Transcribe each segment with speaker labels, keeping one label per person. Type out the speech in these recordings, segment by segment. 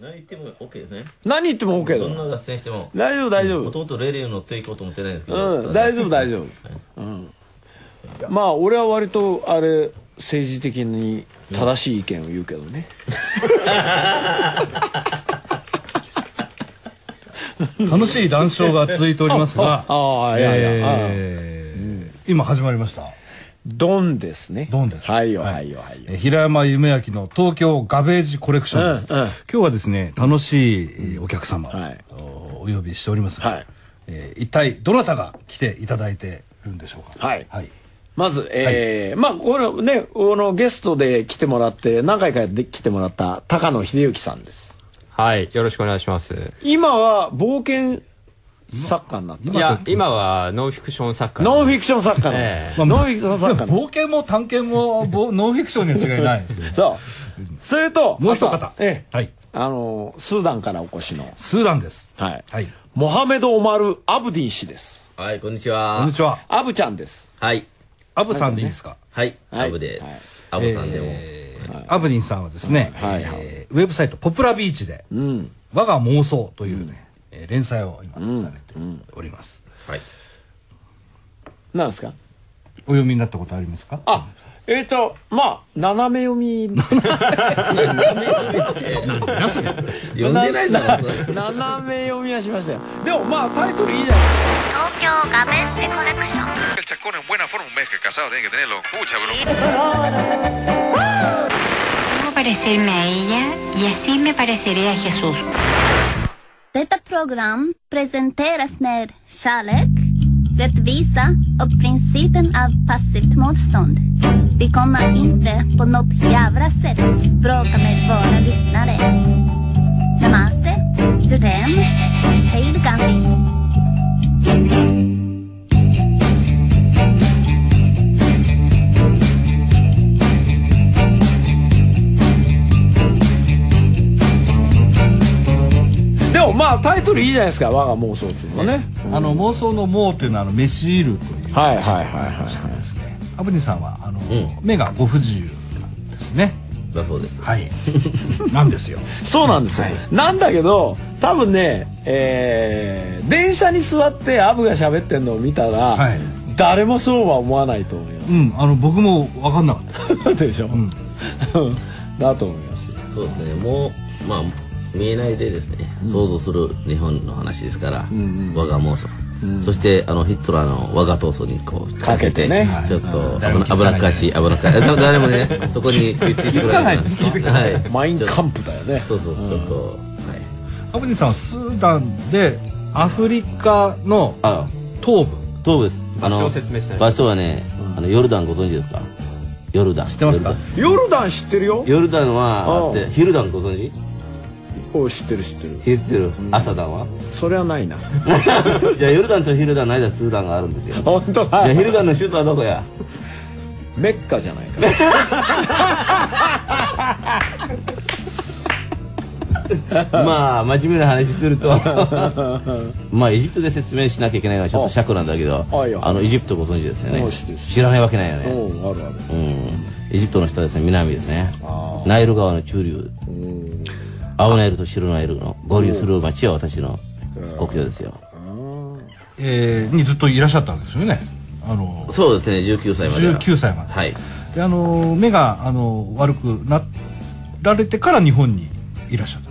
Speaker 1: 何言っても OK ですね
Speaker 2: 何言っても OK
Speaker 1: どん
Speaker 2: だ
Speaker 1: な
Speaker 2: よ
Speaker 1: 脱線しても
Speaker 2: 大丈夫大丈
Speaker 1: も
Speaker 2: 夫
Speaker 1: ともとレールに乗っていこうと思ってないんですけど、
Speaker 2: うん大丈夫大丈夫うんまあ俺は割とあれ政治的に正しい意見を言うけどね、
Speaker 3: 楽しい談笑が続いておりますが
Speaker 2: ああいやいや
Speaker 3: えー今始まりました。
Speaker 2: ドンですね
Speaker 3: ドンです
Speaker 2: はいよはいよはいよ
Speaker 3: えー平山夢明の東京ガベージコレクションです。
Speaker 2: うんうん
Speaker 3: 今日はですね、楽しいえーお客様を
Speaker 2: はい
Speaker 3: お呼びしておりますが、
Speaker 2: はい
Speaker 3: えー一体どなたが来ていただいてるんでしょうか。
Speaker 2: はいまず、えーまあ、このね、このゲストで来てもらって、何回かで来てもらった高野秀幸さんです。
Speaker 4: はい、よろしくお願いします。
Speaker 2: 今は冒険作家になった
Speaker 4: い。や、今はノンフィクション作家
Speaker 2: ノンフ
Speaker 4: ィ
Speaker 2: ィクション作家の。
Speaker 4: え
Speaker 3: まあ
Speaker 2: ノンフィクション作家の。
Speaker 3: 冒険も探検もぼノンフィクションには違いないですよ
Speaker 2: そう。それと、
Speaker 3: もう一
Speaker 2: あと
Speaker 3: 方
Speaker 2: は。ええ
Speaker 3: はい。
Speaker 2: あの、スーダンからお越しの、
Speaker 3: スーダンです。
Speaker 2: はい。
Speaker 3: はい。
Speaker 2: モハメド・オマル・アブディン氏です。
Speaker 1: はいこんにち
Speaker 3: こ
Speaker 1: は
Speaker 3: んにちは。
Speaker 2: アブちゃんです。
Speaker 1: はい
Speaker 3: アブさんでいいですか。
Speaker 1: はい、
Speaker 2: はい
Speaker 1: アブです、アブさんでも、
Speaker 3: えーアブディンさんはですね、
Speaker 2: はいはい
Speaker 3: えーウェブサイトポプラビーチで、我が妄想というね、えー連載を今されております。
Speaker 1: はい
Speaker 2: 何ですか
Speaker 3: お読みになったことありますか？
Speaker 2: あ、えっ、と、まあ、斜め読み。
Speaker 1: 呼 んでないだろ
Speaker 2: 斜め読みはしましたよでもまあタイトルいいじゃない
Speaker 5: 東京ガベンジコレクション
Speaker 6: El chascón en buena forma, un mes que casado tiene que tenerlo. Pucha, bro.
Speaker 7: Debo parecerme a ella y así me pareceré a Jesús.
Speaker 8: Detta program presenteras med kärlek, rättvisa och principen av passivt motstånd. Vi kommer inte på något jävla sätt bråka med våra lyssnare. Namaste, Jodem, Hail Gandhi.
Speaker 2: でもまあタイトルいいじゃないですか我が妄想っていうのはね
Speaker 3: あの妄想の妄というのはあのメシールという
Speaker 2: はいはいはいは
Speaker 3: ですね。アブディンさんはあの、目がご不自由なんですね。
Speaker 1: だそうです
Speaker 3: はい。 なんですよ。
Speaker 2: いそうなんですよ、なんだけど多分ねえー電車に座ってアブが喋ってんのを見たら、
Speaker 3: はい
Speaker 2: 誰もそうは思わないと思いま
Speaker 3: うん、あの僕も分かんなかった。
Speaker 2: すでしょ、だと思います
Speaker 1: そうですねもうまあ見えないでですね想像する日本の話ですから、我が妄想、そしてあのヒトラーの我が闘争にこう
Speaker 2: かけてね
Speaker 1: ちょっと
Speaker 3: 誰
Speaker 1: 危な危
Speaker 3: も気づ
Speaker 1: な
Speaker 3: かない
Speaker 1: っかしい危なっかしいそう誰もねそこに食いついてこない
Speaker 3: 気づか
Speaker 1: はい
Speaker 2: マインカン
Speaker 1: プ
Speaker 2: プだよね
Speaker 1: そうそうちょっと、はい
Speaker 3: アブディンさんはスーダンでアフリカの
Speaker 1: あ
Speaker 3: 東部。
Speaker 1: 東部ですあ
Speaker 4: 場所を説明しないと
Speaker 1: 場所はねあのヨルダンご存知ですかヨルダン知って
Speaker 3: ますか
Speaker 2: ヨルダン知ってるよ
Speaker 1: ヨルダンは
Speaker 2: ああ
Speaker 1: あってヒルダンご存知
Speaker 2: お知ってる知ってる
Speaker 1: ヒルダンアサダンは
Speaker 2: それはないな
Speaker 1: じゃあヨルダンとヒルダンの間スーダンがあるんですよじ
Speaker 2: 本当
Speaker 1: ゃ
Speaker 2: だ
Speaker 1: あヒルダンの首都はどこや
Speaker 2: メッカじゃないかな
Speaker 1: まあ真面目な話するとまあエジプトで説明しなきゃいけないのはちょっと尺なんだけど
Speaker 2: あいいよ
Speaker 1: あのエジプトご存知ですよね
Speaker 2: あ知ってる
Speaker 1: 知らないわけないよね
Speaker 2: おうあるある
Speaker 1: うんエジプトの下ですね南ですねナイル川の中流青ナイルと白ナイルの合流する町は私の故郷ですよ
Speaker 3: えーにずっといらっしゃったんですよね。あの
Speaker 1: そうですね19歳までは
Speaker 3: 19歳まで
Speaker 1: はい
Speaker 3: であの目があの悪くなられてから日本にいらっしゃった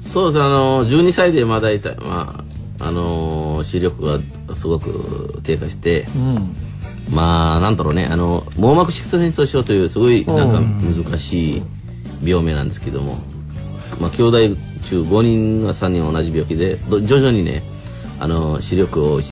Speaker 1: そうですあの12歳でまだいたまああの視力がすごく低下して、まあなんだろうねあの網膜色素変装症というすごいなんか難しい病名なんですけども、まあ兄弟中5人は3人同じ病気でど徐々にねあの視力を